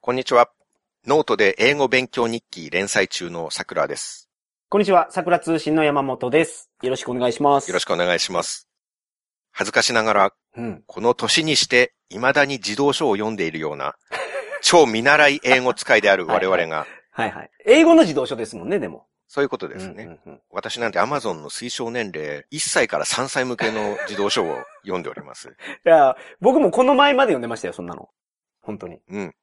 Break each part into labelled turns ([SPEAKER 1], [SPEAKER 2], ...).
[SPEAKER 1] こんにちは。ノートで英語勉強日記連載中の桜です。
[SPEAKER 2] こんにちは。桜通信の山本です。よろしくお願いします。
[SPEAKER 1] よろし
[SPEAKER 2] く。
[SPEAKER 1] くお願いします。恥ずかしながら、
[SPEAKER 2] うん。
[SPEAKER 1] この年にして未だに児童書を読んでいるような、超見習い英語使いである我々が、
[SPEAKER 2] はいはい。英語の自動書ですもんね、でも。
[SPEAKER 1] そういうことですね。
[SPEAKER 2] うんうんうん
[SPEAKER 1] 私なんて Amazon の推奨年齢、1歳から3歳向けの児童書を読んでおります。
[SPEAKER 2] いや、僕もこの前まで読んでましたよ、そんなの。本当に。い
[SPEAKER 1] うん。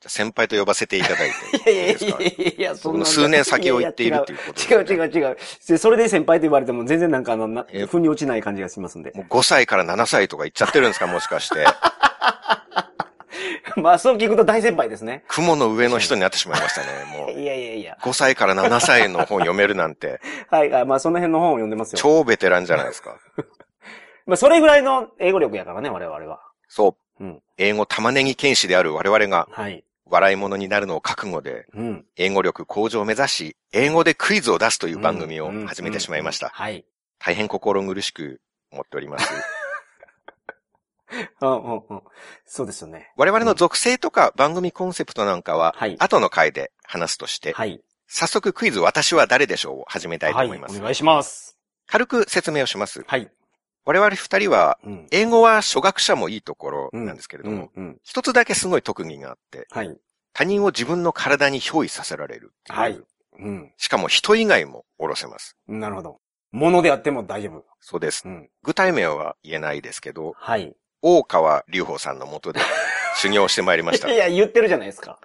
[SPEAKER 1] じゃあ先輩と呼ばせていただいて。
[SPEAKER 2] やいや
[SPEAKER 1] で
[SPEAKER 2] い
[SPEAKER 1] すか
[SPEAKER 2] やいやいや、そ
[SPEAKER 1] 僕
[SPEAKER 2] ん
[SPEAKER 1] の
[SPEAKER 2] な。
[SPEAKER 1] 数年先を言っていると
[SPEAKER 2] い
[SPEAKER 1] いうことです
[SPEAKER 2] や
[SPEAKER 1] ね、
[SPEAKER 2] いや違う違う違うでそれで先輩と言われても全然なんかあの、な
[SPEAKER 1] え
[SPEAKER 2] 腑に落ちない感じがしますんで。
[SPEAKER 1] もう5歳から7歳とか言っちゃってるんですかもしかして。
[SPEAKER 2] まあ、そう聞くと大先輩ですね。
[SPEAKER 1] 雲の上の人になってしまいましたね。も
[SPEAKER 2] いうやいやいや。
[SPEAKER 1] 5歳から7歳の本読めるなんて、
[SPEAKER 2] はいはい。 まあ、その辺の本を読んでますよ。
[SPEAKER 1] 超ベテランじゃないですか。
[SPEAKER 2] まあ、それぐらいの英語力やからね、我々は。
[SPEAKER 1] そう。
[SPEAKER 2] うん
[SPEAKER 1] 英語玉ねぎ剣士である我々が、
[SPEAKER 2] はい。
[SPEAKER 1] 笑い物になるのを覚悟で、
[SPEAKER 2] うん。
[SPEAKER 1] 英語力向上を目指し、英語でクイズを出すという番組
[SPEAKER 2] うんうん
[SPEAKER 1] を始めてしまいまし
[SPEAKER 2] うん
[SPEAKER 1] た。
[SPEAKER 2] はい。
[SPEAKER 1] 大変心苦しく思っております。
[SPEAKER 2] うんうんうん。そうですよね。
[SPEAKER 1] 我々の属性とか番組コンセプトなんかは
[SPEAKER 2] はい、
[SPEAKER 1] 後の回で話すとして、
[SPEAKER 2] はい。
[SPEAKER 1] 早速クイズ私は誰でしょうを始めたいと
[SPEAKER 2] は
[SPEAKER 1] 思い
[SPEAKER 2] い。
[SPEAKER 1] ま
[SPEAKER 2] お
[SPEAKER 1] す。
[SPEAKER 2] 願いします。
[SPEAKER 1] 軽く説明をします。
[SPEAKER 2] はい。
[SPEAKER 1] 我々二人は、
[SPEAKER 2] うん。
[SPEAKER 1] 英語は初学者もいいところなんですけれど
[SPEAKER 2] う
[SPEAKER 1] も、
[SPEAKER 2] ん。うん。
[SPEAKER 1] 一つだけすごい特技があって、
[SPEAKER 2] はい。
[SPEAKER 1] 他人を自分の体に憑依させられるってう
[SPEAKER 2] はい。うん。
[SPEAKER 1] しかも人以外も下ろせます。
[SPEAKER 2] なるほど。ものであっても大丈夫。
[SPEAKER 1] そうです。
[SPEAKER 2] うん。
[SPEAKER 1] 具体名は言えないですけど、
[SPEAKER 2] はい。
[SPEAKER 1] 大川隆法さんのも とで修行してまいりました
[SPEAKER 2] い。や、言ってるじゃないですか。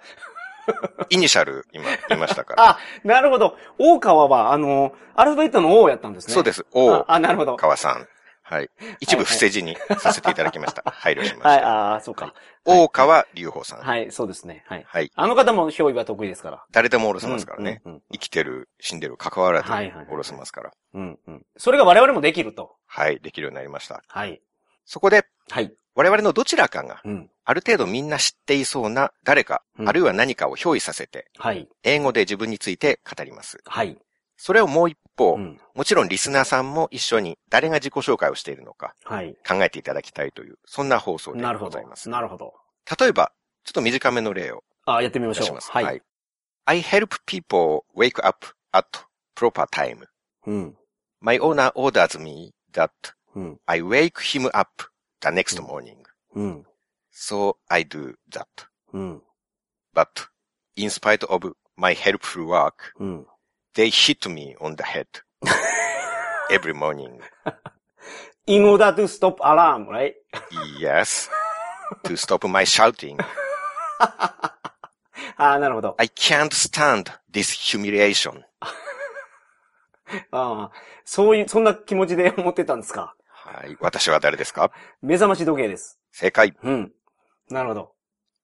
[SPEAKER 1] イニシャル今言いましたから。
[SPEAKER 2] あ、なるほど。大川は、あの、アルファベットの O やったんですね。。
[SPEAKER 1] そうですす。大
[SPEAKER 2] あ、なるほど。
[SPEAKER 1] 川さん。はい。一部
[SPEAKER 2] はいはい
[SPEAKER 1] 伏せ字にさせていただきました。配慮しま
[SPEAKER 2] は
[SPEAKER 1] し
[SPEAKER 2] い、
[SPEAKER 1] た。
[SPEAKER 2] ああ、そうか。
[SPEAKER 1] 大川隆法さん。
[SPEAKER 2] はい、そうですね。はい。
[SPEAKER 1] はい。
[SPEAKER 2] あの方も憑依は得意ですから。
[SPEAKER 1] 誰でも下ろせますからね。
[SPEAKER 2] うん。うん
[SPEAKER 1] 生きてる、死んでる、関わらず
[SPEAKER 2] はいはいはい
[SPEAKER 1] 下ろせますから。
[SPEAKER 2] うん。うん。それが我々もできると。
[SPEAKER 1] はい。できるようになりました。
[SPEAKER 2] はい。
[SPEAKER 1] そこで、
[SPEAKER 2] はい。
[SPEAKER 1] 我々のどちらかが
[SPEAKER 2] うん。
[SPEAKER 1] ある程度みんな知っていそうな誰か、
[SPEAKER 2] うん
[SPEAKER 1] あるいは何かを憑依させて、
[SPEAKER 2] はい。
[SPEAKER 1] 英語で自分について語ります。
[SPEAKER 2] はい。
[SPEAKER 1] それをもう一方、
[SPEAKER 2] うん。
[SPEAKER 1] もちろんリスナーさんも一緒に誰が自己紹介をしているのか
[SPEAKER 2] はい。
[SPEAKER 1] 考えていただきたいという、そんな放送で
[SPEAKER 2] なるほ
[SPEAKER 1] ご
[SPEAKER 2] ど
[SPEAKER 1] ざいま。す。
[SPEAKER 2] なるほど。
[SPEAKER 1] 例えば、ちょっと短めの例を
[SPEAKER 2] あ、やってみまし
[SPEAKER 1] 出し
[SPEAKER 2] ょう
[SPEAKER 1] ま。す。
[SPEAKER 2] はい。
[SPEAKER 1] I help people wake up at proper time.My
[SPEAKER 2] うん。
[SPEAKER 1] owner orders me that
[SPEAKER 2] うん。
[SPEAKER 1] I wake him up the next morning.So
[SPEAKER 2] うん。
[SPEAKER 1] I do that.
[SPEAKER 2] うん。
[SPEAKER 1] But in spite of my helpful work,
[SPEAKER 2] うん。
[SPEAKER 1] They hit me on the head every morning.
[SPEAKER 2] in order to stop alarm, right?
[SPEAKER 1] Yes. To stop my shouting.
[SPEAKER 2] ああ、なるほど。
[SPEAKER 1] I can't stand this humiliation.
[SPEAKER 2] ああ、そういう、そんな気持ちで思ってたんですか。
[SPEAKER 1] はい。私は誰ですか
[SPEAKER 2] 目覚まし時計です。
[SPEAKER 1] 正解。
[SPEAKER 2] うん。なるほど。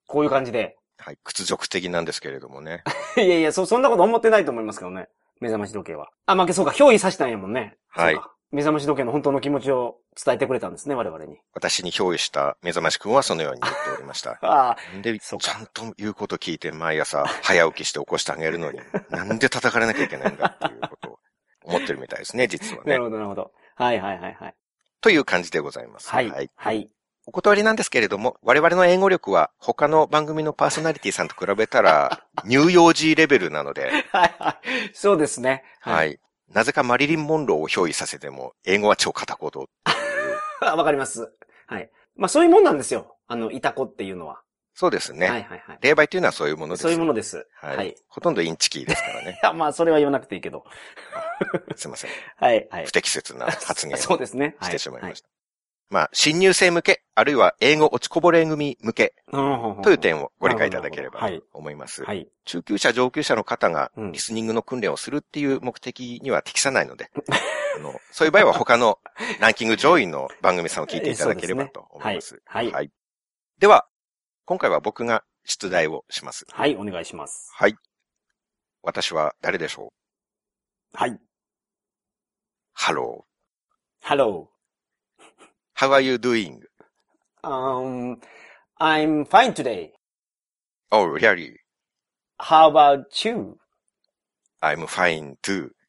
[SPEAKER 2] こういう感じで。
[SPEAKER 1] はい。屈辱的なんですけれどもね。
[SPEAKER 2] いやいや、そ、そんなこと思ってないと思いますけどね。目覚まし時計は。あ、まあ、そうか、憑依させたんやもんね。
[SPEAKER 1] はい
[SPEAKER 2] そうか。目覚まし時計の本当の気持ちを伝えてくれたんですね、我々に。
[SPEAKER 1] 私に憑依した目覚ましくんはそのように言っておりました。
[SPEAKER 2] ああ、
[SPEAKER 1] で、ち
[SPEAKER 2] そうか
[SPEAKER 1] ゃんと言うこと聞いて毎朝早起きして起こしてあげるのに、なんで叩かれなきゃいけないんだっていうことを思ってるみたいですね、実は
[SPEAKER 2] な
[SPEAKER 1] ね
[SPEAKER 2] る。ほど、なるほど。はいはいはいはい。
[SPEAKER 1] という感じでございます。
[SPEAKER 2] はい。はい。
[SPEAKER 1] お断りなんですけれども、我々の英語力は他の番組のパーソナリティさんと比べた ら、乳幼児レベルなので、
[SPEAKER 2] はいはい。そうですね。。
[SPEAKER 1] はいい。なぜかマリリン・モンローを憑依させても、英語は超片言。
[SPEAKER 2] あ わかります。はい。まあ、そういうもんなんですよ。あの、いた子っていうのは。
[SPEAKER 1] そうですね。
[SPEAKER 2] はいはいはい。
[SPEAKER 1] 霊媒というのはそういうものです。
[SPEAKER 2] そういうものです。
[SPEAKER 1] は
[SPEAKER 2] はいい。い
[SPEAKER 1] ほとんどインチキですから
[SPEAKER 2] 。
[SPEAKER 1] ね
[SPEAKER 2] や、まあ、それは言わなくていいけど。
[SPEAKER 1] すいません。
[SPEAKER 2] はい、はい
[SPEAKER 1] 不。適切な発言を
[SPEAKER 2] そうですね。
[SPEAKER 1] してしまいました。まあ、新入生向け、あるいは英語落ちこぼれ組向け
[SPEAKER 2] た。うんうんん
[SPEAKER 1] という点をご理解いただければ
[SPEAKER 2] はい
[SPEAKER 1] と思います。
[SPEAKER 2] はい。
[SPEAKER 1] 中級者、上級者の方が
[SPEAKER 2] うん
[SPEAKER 1] リスニングの訓練をするっていう目的には適さないので、 あのそういう場合は他のランキング上位の番組さんを聞いていただければと思います。
[SPEAKER 2] はいはい
[SPEAKER 1] では、今回は僕が出題をします。
[SPEAKER 2] はい、お願いします。
[SPEAKER 1] はい。私は誰でしょう
[SPEAKER 2] はい。
[SPEAKER 1] ?Hello.How
[SPEAKER 2] Hello.
[SPEAKER 1] are you doing?
[SPEAKER 2] Um, I'm fine today.
[SPEAKER 1] Oh, really?
[SPEAKER 2] How about you?
[SPEAKER 1] I'm fine too.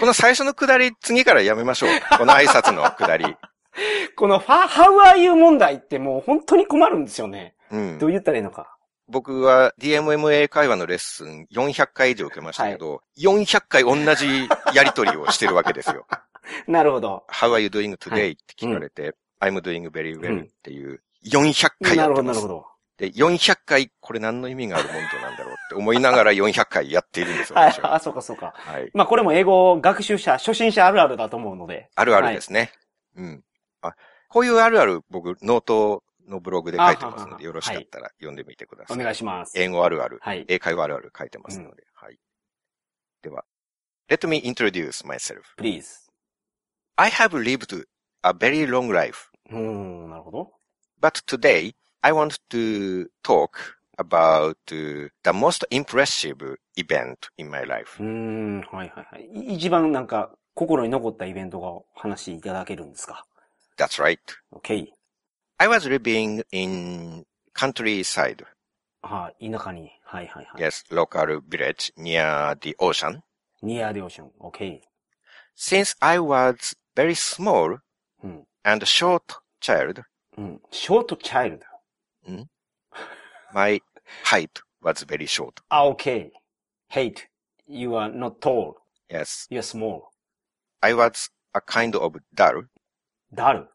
[SPEAKER 1] この最初のくだり、次からやめましょう。この挨拶のくだり。
[SPEAKER 2] このファ、How are you 問題ってもう本当に困るんですよね。
[SPEAKER 1] うん
[SPEAKER 2] ど。う言ったらいいのか。
[SPEAKER 1] 僕は DMMA 会話のレッスン400回以上受けましたけど、400回同じやりとりをしてるわけですよ。
[SPEAKER 2] なるほど。
[SPEAKER 1] How are you doing
[SPEAKER 2] は
[SPEAKER 1] today? って聞かれて、I'm doing very
[SPEAKER 2] う
[SPEAKER 1] well
[SPEAKER 2] ん
[SPEAKER 1] っていう、400回
[SPEAKER 2] な
[SPEAKER 1] や
[SPEAKER 2] る
[SPEAKER 1] っ
[SPEAKER 2] ほ
[SPEAKER 1] て
[SPEAKER 2] ど、
[SPEAKER 1] ま
[SPEAKER 2] なる
[SPEAKER 1] す
[SPEAKER 2] ほ。ど。
[SPEAKER 1] で、400回、これ何の意味があるもんとなんだろうって思いながら400回やっているんですよ、
[SPEAKER 2] はい
[SPEAKER 1] 私、は。
[SPEAKER 2] あ、そうかそうか。
[SPEAKER 1] はい。
[SPEAKER 2] まあこれも英語学習者、初心者あるあるだと思うので。
[SPEAKER 1] あるあるですね。うん。あ、こういうあるある、僕、ノートのブログで書いてます
[SPEAKER 2] あは
[SPEAKER 1] の
[SPEAKER 2] は
[SPEAKER 1] で、よろしかったら読んでみてくださ
[SPEAKER 2] お
[SPEAKER 1] い。
[SPEAKER 2] 願いします。
[SPEAKER 1] 英語あるある、
[SPEAKER 2] はい。
[SPEAKER 1] 英会話あるある書いてますので、はい。では、Let me introduce myself.
[SPEAKER 2] please.
[SPEAKER 1] I have lived a very long life,
[SPEAKER 2] うーん、なるほど。
[SPEAKER 1] but today I want to talk about uh, the most impressive event in my life.
[SPEAKER 2] うーん、はいはいはい。い一番なんか、心に残ったイベントがお話しいただけるんですか
[SPEAKER 1] That's right.
[SPEAKER 2] ?OK。
[SPEAKER 1] I was living in countryside,
[SPEAKER 2] はい、田舎に。はいはいはい。
[SPEAKER 1] yes, local village near the ocean.
[SPEAKER 2] ニアデオション。OK。
[SPEAKER 1] Since I was very small
[SPEAKER 2] うん。
[SPEAKER 1] and short child,
[SPEAKER 2] うん。ショートチャイルド。
[SPEAKER 1] my height was very short.
[SPEAKER 2] あ、OK。hate. You are not tall.
[SPEAKER 1] Yes,
[SPEAKER 2] You are small.
[SPEAKER 1] I was a kind of dull,
[SPEAKER 2] ダル。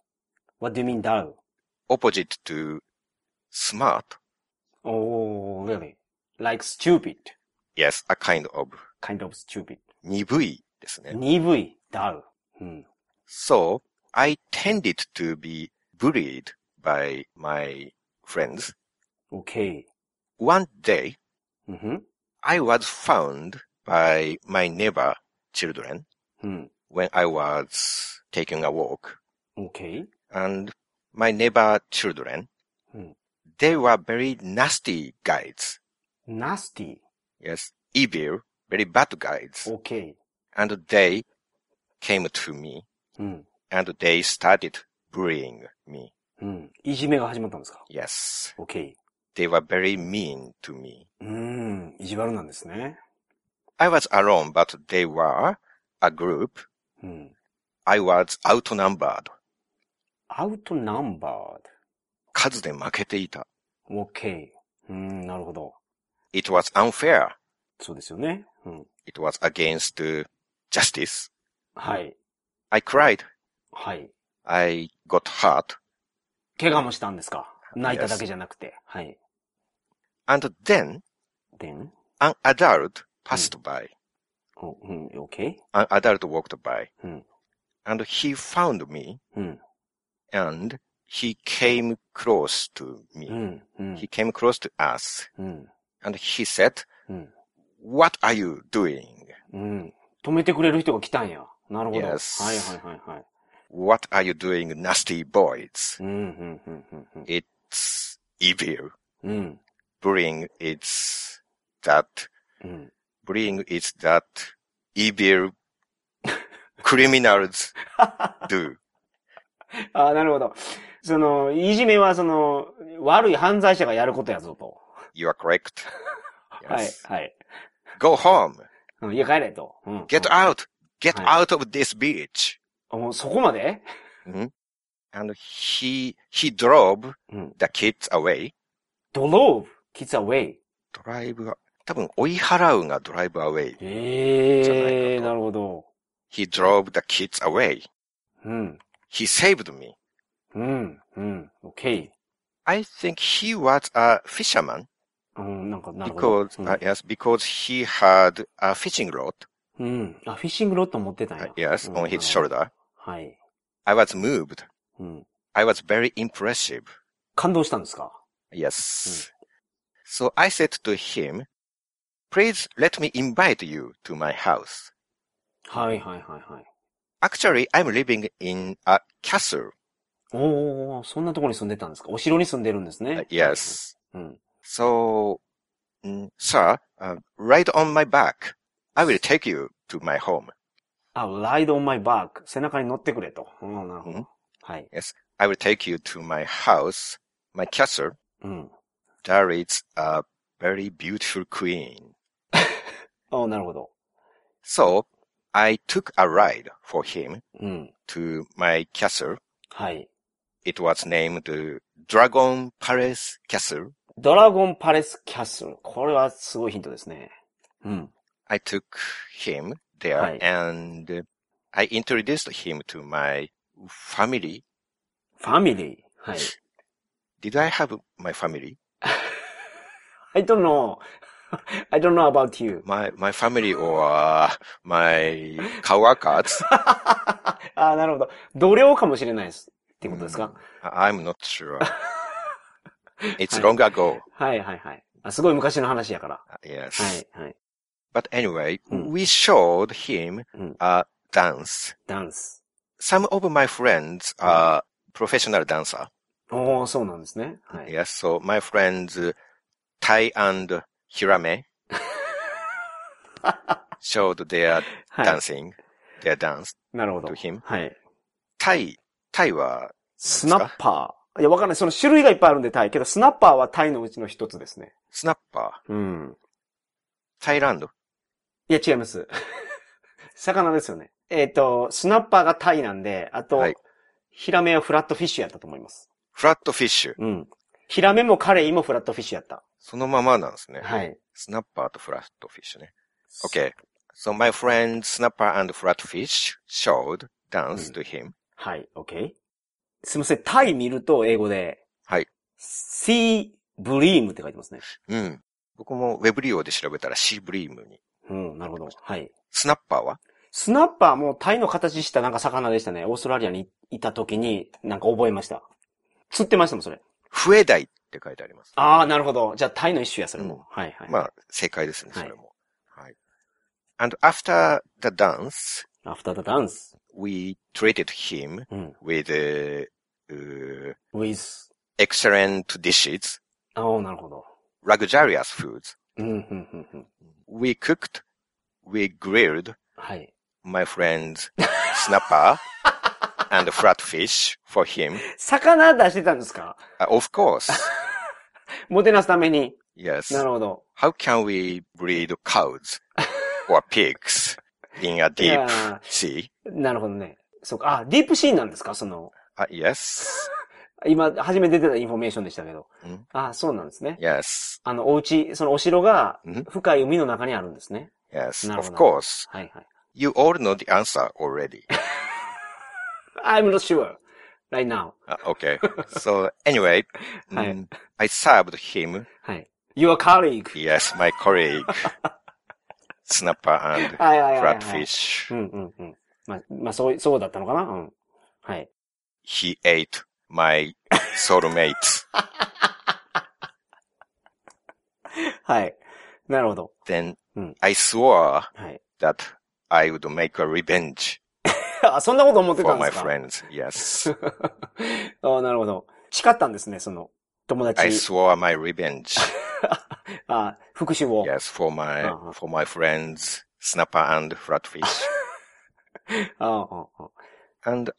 [SPEAKER 2] What do you mean ダル
[SPEAKER 1] opposite to smart.
[SPEAKER 2] Oh, really? Like stupid.
[SPEAKER 1] Yes, a kind of
[SPEAKER 2] Kind of stupid.
[SPEAKER 1] 鈍いですね。
[SPEAKER 2] 鈍い。ダル。うん。
[SPEAKER 1] So, I tended to be bullied by my friends.
[SPEAKER 2] OK。
[SPEAKER 1] One day,
[SPEAKER 2] うんふん。
[SPEAKER 1] I was found by my neighbor children
[SPEAKER 2] うん。
[SPEAKER 1] when I was taking a walk.
[SPEAKER 2] OK。
[SPEAKER 1] And my neighbor children,
[SPEAKER 2] Hmm.
[SPEAKER 1] they were very nasty guys.
[SPEAKER 2] nasty.
[SPEAKER 1] Yes, evil, very bad guys.
[SPEAKER 2] OK。
[SPEAKER 1] And they came to me
[SPEAKER 2] うん。
[SPEAKER 1] and they started bullying me.
[SPEAKER 2] うん。いじめが始まったんですか
[SPEAKER 1] Yes,
[SPEAKER 2] ?OK。
[SPEAKER 1] they were very mean to me.
[SPEAKER 2] うーん。意地悪なんですね。
[SPEAKER 1] I was alone, but they were a group.
[SPEAKER 2] うん。
[SPEAKER 1] I was outnumbered.
[SPEAKER 2] outnumbered.
[SPEAKER 1] 数で負けていた。
[SPEAKER 2] OK。うーん、なるほど。
[SPEAKER 1] It was unfair.
[SPEAKER 2] そうですよね。うん。
[SPEAKER 1] It was against uh, justice.
[SPEAKER 2] はい。
[SPEAKER 1] I cried.
[SPEAKER 2] はい。
[SPEAKER 1] I got hurt.
[SPEAKER 2] 怪我もしたんですか泣いただけじゃなくて。はい。
[SPEAKER 1] And then
[SPEAKER 2] then?
[SPEAKER 1] an adult passed by.
[SPEAKER 2] おうん、OK?
[SPEAKER 1] An adult walked by.
[SPEAKER 2] Hmm.
[SPEAKER 1] And he found me
[SPEAKER 2] うん。
[SPEAKER 1] and he came close to
[SPEAKER 2] う
[SPEAKER 1] me.
[SPEAKER 2] ん。うん
[SPEAKER 1] He came close to us
[SPEAKER 2] うん。
[SPEAKER 1] and he said,
[SPEAKER 2] うん。
[SPEAKER 1] what are you doing?
[SPEAKER 2] うん。止めてくれる人が来たんや。なるほど。
[SPEAKER 1] Yes.
[SPEAKER 2] はいはいはいはい。
[SPEAKER 1] What are you doing, nasty boys?
[SPEAKER 2] うん、うん、うん、うんうん。
[SPEAKER 1] It's evil.
[SPEAKER 2] うん。
[SPEAKER 1] Bullying is that,
[SPEAKER 2] うん。
[SPEAKER 1] bullying is that evil criminals do.
[SPEAKER 2] ああ、なるほど。その、いじめはその、悪い犯罪者がやることやぞと。
[SPEAKER 1] You are correct.
[SPEAKER 2] はい
[SPEAKER 1] Yes.、
[SPEAKER 2] はい。
[SPEAKER 1] Go home.
[SPEAKER 2] うん、家帰れと。うん。
[SPEAKER 1] Get out. Get
[SPEAKER 2] はい
[SPEAKER 1] out of this beach.
[SPEAKER 2] あもうそこまで
[SPEAKER 1] And he, he drove
[SPEAKER 2] うん。
[SPEAKER 1] the kids away.
[SPEAKER 2] drove kids away.
[SPEAKER 1] ドライブは、多分追い払うがドライブ away. じゃない
[SPEAKER 2] ええ
[SPEAKER 1] かと
[SPEAKER 2] ー、なるほど。
[SPEAKER 1] He drove the kids away.
[SPEAKER 2] うん。
[SPEAKER 1] He saved me.
[SPEAKER 2] うん。うん。OK。
[SPEAKER 1] I think he was a fisherman
[SPEAKER 2] うん、なんか、なるほど。
[SPEAKER 1] because, uh, yes, because he had a fishing rod,
[SPEAKER 2] うん。うん。あ、フィッシングロッド持ってたん
[SPEAKER 1] uh,
[SPEAKER 2] や。
[SPEAKER 1] yes,
[SPEAKER 2] うん
[SPEAKER 1] on his shoulder.
[SPEAKER 2] はい。
[SPEAKER 1] I was moved.
[SPEAKER 2] うん。
[SPEAKER 1] I was very impressive.
[SPEAKER 2] 感動したんですか
[SPEAKER 1] Yes. So I said to him, please let me invite you to my house.
[SPEAKER 2] はいはいはいはい。
[SPEAKER 1] Actually, I'm living in a castle.
[SPEAKER 2] おー、そんなところに住んでたんですかお城に住んでるんですね。
[SPEAKER 1] Yes.
[SPEAKER 2] うん。
[SPEAKER 1] So, mm, sir, uh, ride on my back. I will take you to my home.
[SPEAKER 2] あ、ride on my back. 背中に乗ってくれと。うん、なるほ
[SPEAKER 1] うん
[SPEAKER 2] ど。はい。
[SPEAKER 1] Yes, I will take you to my house, my castle.
[SPEAKER 2] うん。
[SPEAKER 1] There is a very beautiful queen.
[SPEAKER 2] あなるほど。
[SPEAKER 1] So, I took a ride for him
[SPEAKER 2] うん。
[SPEAKER 1] to my castle.
[SPEAKER 2] はい。
[SPEAKER 1] It was named Dragon Palace Castle.
[SPEAKER 2] ドラゴンパレスキャッスル。これはすごいヒントですね。うん。
[SPEAKER 1] I took him there
[SPEAKER 2] はい
[SPEAKER 1] and I introduced him to my family.
[SPEAKER 2] ファミリー。はい。
[SPEAKER 1] Did I have my family?
[SPEAKER 2] I don't know. I don't know about you.
[SPEAKER 1] My, my family or uh, my coworkers?
[SPEAKER 2] ああ、なるほど。同僚かもしれないです。っていうことですか、
[SPEAKER 1] I- I'm not sure. It's
[SPEAKER 2] は
[SPEAKER 1] long
[SPEAKER 2] い
[SPEAKER 1] ago. Uh,
[SPEAKER 2] はいはいはいあ。すごい昔の話やから。
[SPEAKER 1] Yes.
[SPEAKER 2] はいはい。
[SPEAKER 1] But anyway,
[SPEAKER 2] Mm.
[SPEAKER 1] we showed him
[SPEAKER 2] うん。
[SPEAKER 1] a dance.
[SPEAKER 2] ダンス。
[SPEAKER 1] Some of my friends are professional dancer.
[SPEAKER 2] おおそうなんですね。はい。
[SPEAKER 1] Yes. So my friends Tai and Hirame showed their
[SPEAKER 2] は
[SPEAKER 1] dancing, their dance
[SPEAKER 2] い。なるほど
[SPEAKER 1] to。him.
[SPEAKER 2] はい。
[SPEAKER 1] Tai, Tai は、
[SPEAKER 2] スナッパー。いや、わかんない。その種類がいっぱいあるんでタイ。けど、スナッパーはタイのうちの一つですね。
[SPEAKER 1] スナッパ
[SPEAKER 2] うん。
[SPEAKER 1] ー、タイランド。
[SPEAKER 2] いや、違います。 魚ですよね。えっ、と、スナッパーがタイなんで、あと、
[SPEAKER 1] はい
[SPEAKER 2] ヒラメはフラットフィッシュやったと思います。
[SPEAKER 1] フラットフィッシュ。
[SPEAKER 2] うん。ヒラメもカレイもフラットフィッシュやった。
[SPEAKER 1] そのままなんですね。
[SPEAKER 2] はい。
[SPEAKER 1] スナッパーとフラットフィッシュね。Okay. So my friend Snapper and Flatfish showed dance to him.
[SPEAKER 2] はい、OK。すいません、タイ見ると英語で、
[SPEAKER 1] はい。
[SPEAKER 2] sea bream って書いてますね。
[SPEAKER 1] うん。僕もウェブ利用で調べたらシーブリームに。
[SPEAKER 2] うん、なるほど。はい。
[SPEAKER 1] スナッパーは
[SPEAKER 2] スナッパーもタイの形したなんか魚でしたね。オーストラリアにいた時になんか覚えました。釣ってましたもん、それ。
[SPEAKER 1] 笛台って書いてあります。
[SPEAKER 2] ああ、なるほど。じゃあタイの一種や、それも。
[SPEAKER 1] うん
[SPEAKER 2] はいはい。
[SPEAKER 1] まあ、正解ですね、
[SPEAKER 2] は
[SPEAKER 1] そ
[SPEAKER 2] い
[SPEAKER 1] れも。はい。And after the dance,
[SPEAKER 2] アフターダダンス。
[SPEAKER 1] we treated him
[SPEAKER 2] うん。
[SPEAKER 1] with uh, uh,
[SPEAKER 2] with.
[SPEAKER 1] excellent dishes,
[SPEAKER 2] ああ、なるほど。
[SPEAKER 1] luxurious foods.
[SPEAKER 2] うん、うん、うん、うん。
[SPEAKER 1] We cooked, we grilled,
[SPEAKER 2] はい。
[SPEAKER 1] my friends Snapper and Flatfish for him.
[SPEAKER 2] 魚出してたんですか
[SPEAKER 1] Uh, of course,
[SPEAKER 2] もてなすために。
[SPEAKER 1] yes.
[SPEAKER 2] なるほど。
[SPEAKER 1] How can we breed cows or pigs in a
[SPEAKER 2] い
[SPEAKER 1] deep
[SPEAKER 2] やー
[SPEAKER 1] sea?
[SPEAKER 2] なるほどね。そうか。あ、ディープシーンなんですかその、
[SPEAKER 1] Uh, yes,
[SPEAKER 2] 今、初め出てたインフォメーションでしたけど
[SPEAKER 1] うん。
[SPEAKER 2] あ、そうなんですね。
[SPEAKER 1] yes,
[SPEAKER 2] あの、お家、そのお城が
[SPEAKER 1] うん、
[SPEAKER 2] 深い海の中にあるんですね。
[SPEAKER 1] yes.
[SPEAKER 2] No,
[SPEAKER 1] of
[SPEAKER 2] no.
[SPEAKER 1] course,
[SPEAKER 2] はいはい。
[SPEAKER 1] you all know the answer already.
[SPEAKER 2] I'm not sure. Right now.
[SPEAKER 1] Uh, okay. So anyway,
[SPEAKER 2] Hi.
[SPEAKER 1] mm, I served him.
[SPEAKER 2] はい。Your colleague.
[SPEAKER 1] Yes, my colleague, Snapper and
[SPEAKER 2] はいはいはい、はい。
[SPEAKER 1] Flatfish.
[SPEAKER 2] うんうんうん。まあ、まあ、そう、そうだったのかなうん。はい。
[SPEAKER 1] He ate my soulmate.
[SPEAKER 2] はい。なるほど。
[SPEAKER 1] Then
[SPEAKER 2] Mm.
[SPEAKER 1] I swore
[SPEAKER 2] はい。
[SPEAKER 1] that I would make a revenge
[SPEAKER 2] あ、そんなこと思ってた
[SPEAKER 1] for
[SPEAKER 2] んで
[SPEAKER 1] my friends.
[SPEAKER 2] すか
[SPEAKER 1] Yes.
[SPEAKER 2] あなるほど。誓ったんですね、その、友
[SPEAKER 1] I
[SPEAKER 2] 達。
[SPEAKER 1] swore my revenge.
[SPEAKER 2] あ、復讐を。
[SPEAKER 1] yes, for my
[SPEAKER 2] Oh. Uh-huh.
[SPEAKER 1] for my friends Snapper and Flatfish.
[SPEAKER 2] ああああ
[SPEAKER 1] and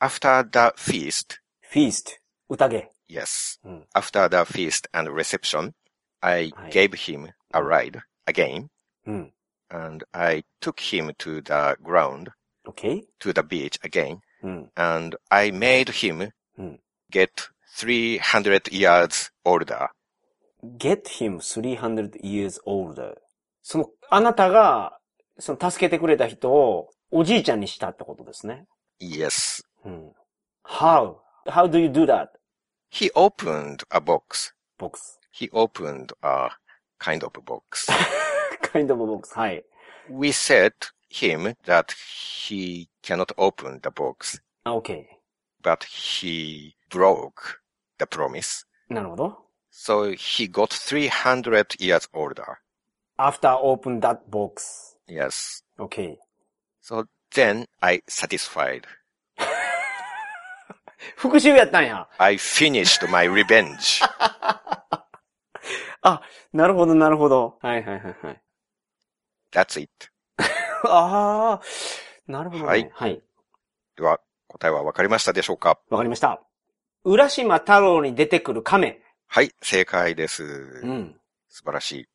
[SPEAKER 1] after the feast,
[SPEAKER 2] フィースト。宴。
[SPEAKER 1] yes,
[SPEAKER 2] Mm.
[SPEAKER 1] after the feast and reception, I
[SPEAKER 2] Aye.
[SPEAKER 1] gave him a ride again,
[SPEAKER 2] うん。
[SPEAKER 1] and I took him to the ground,
[SPEAKER 2] OK?
[SPEAKER 1] to the beach again,
[SPEAKER 2] うん。
[SPEAKER 1] and I made him
[SPEAKER 2] Mm.
[SPEAKER 1] get three hundred years older.
[SPEAKER 2] get him 300 years older. その、あなたが、その、助けてくれた人を、おじいちゃんにしたってことですね。
[SPEAKER 1] Yes,
[SPEAKER 2] うん。how? How do you do that?
[SPEAKER 1] he opened a box.
[SPEAKER 2] box.
[SPEAKER 1] He opened a kind of box.
[SPEAKER 2] kind of box. はい。
[SPEAKER 1] we said him that he cannot open the box,
[SPEAKER 2] あ、OK。
[SPEAKER 1] but he broke the promise.
[SPEAKER 2] なるほど。
[SPEAKER 1] So he got 300 years older.
[SPEAKER 2] after open that box.
[SPEAKER 1] Yes.
[SPEAKER 2] OK.
[SPEAKER 1] So then I satisfied.
[SPEAKER 2] 復讐やったんや。
[SPEAKER 1] I finished my revenge.
[SPEAKER 2] なるほど、なるほど。はいはいはい はい。
[SPEAKER 1] That's it.
[SPEAKER 2] ああ、なるほど、ね。
[SPEAKER 1] はい
[SPEAKER 2] はい。
[SPEAKER 1] では、答えはわかりましたでしょうか
[SPEAKER 2] わかりました。浦島太郎に出てくる亀。
[SPEAKER 1] はい、正解です。
[SPEAKER 2] うん。
[SPEAKER 1] 素晴らしい。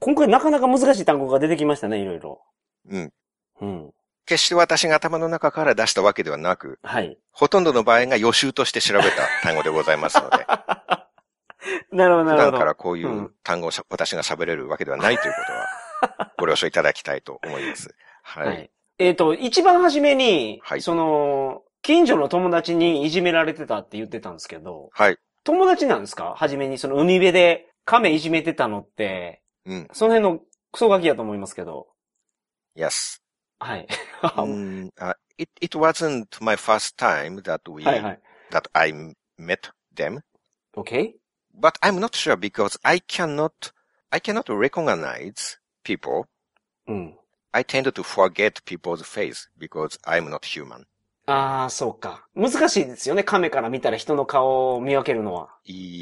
[SPEAKER 2] 今回なかなか難しい単語が出てきましたね、いろいろ。
[SPEAKER 1] うん。
[SPEAKER 2] うん。
[SPEAKER 1] 決して私が頭の中から出したわけではなく、
[SPEAKER 2] はい。
[SPEAKER 1] ほとんどの場合が予習として調べた単語でございます ので、
[SPEAKER 2] なる
[SPEAKER 1] 普
[SPEAKER 2] ほど、なるほ
[SPEAKER 1] 段
[SPEAKER 2] ど。
[SPEAKER 1] からこうい
[SPEAKER 2] うん
[SPEAKER 1] う単語をしゃ私が喋れるわけではないということは、ご了承いただきたいと思います。はい。
[SPEAKER 2] はい。えっ、と、一番初めに、
[SPEAKER 1] はい
[SPEAKER 2] その、近所の友達にいじめられてたって言ってたんですけど、
[SPEAKER 1] はい。
[SPEAKER 2] 友達なんですか初めに、その海辺で亀いじめてたのって、
[SPEAKER 1] うん。
[SPEAKER 2] その辺のクソガキやと思いますけど、
[SPEAKER 1] Yes.
[SPEAKER 2] はい。
[SPEAKER 1] Mm, uh, it, it wasn't my first time that we,
[SPEAKER 2] はいはい。
[SPEAKER 1] that I met them,
[SPEAKER 2] OK?
[SPEAKER 1] but I'm not sure because I cannot, I cannot recognize people.
[SPEAKER 2] うん。
[SPEAKER 1] I tend to forget people's face because I'm not human.
[SPEAKER 2] ああ、そうか。難しいですよね。亀から見たら人の顔を見分けるのは。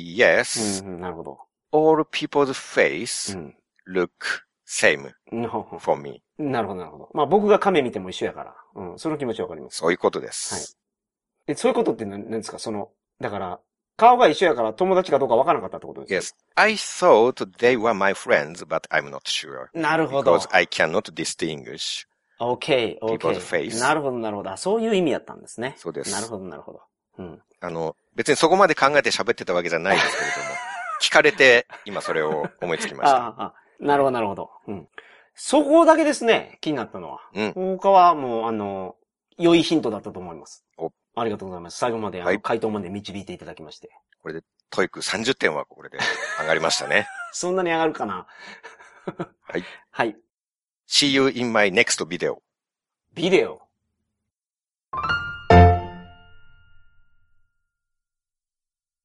[SPEAKER 1] Yes,
[SPEAKER 2] うん、うんなるほど。
[SPEAKER 1] all people's face
[SPEAKER 2] うん。
[SPEAKER 1] look same
[SPEAKER 2] なるほど
[SPEAKER 1] for me.
[SPEAKER 2] なるほど、なるほど。まあ僕が亀見ても一緒やから。うん、その気持ちわかります。
[SPEAKER 1] そういうことです。
[SPEAKER 2] え、そういうことって何ですかその、だから、顔が一緒やから友達かどうかわからなかったってことです
[SPEAKER 1] Yes, I thought they were my friends, but I'm not sure
[SPEAKER 2] なるほど
[SPEAKER 1] because。I cannot distinguish.
[SPEAKER 2] OK,
[SPEAKER 1] people's
[SPEAKER 2] OK.
[SPEAKER 1] face
[SPEAKER 2] なるほど、なるほど。あそういう意味やったんですね。
[SPEAKER 1] そうです
[SPEAKER 2] なるほど、なるほど。うん。
[SPEAKER 1] あの、別にそこまで考えて喋ってたわけじゃないですけれども、聞かれて、今それを思いつきま
[SPEAKER 2] あ
[SPEAKER 1] した。
[SPEAKER 2] あ、あなるほど、なるほど。うん。そこだけですね、気になったのは。
[SPEAKER 1] うん
[SPEAKER 2] 他はもう、あの、良いヒントだったと思います。
[SPEAKER 1] お
[SPEAKER 2] ありがとうございます。最後まで、あの
[SPEAKER 1] はい
[SPEAKER 2] 回答まで導いていただきまして。
[SPEAKER 1] トイック30点はこれで上がりましたね。
[SPEAKER 2] そんなに上がるかな
[SPEAKER 1] はい。
[SPEAKER 2] はい。
[SPEAKER 1] See you in my next video.
[SPEAKER 2] ビデオ。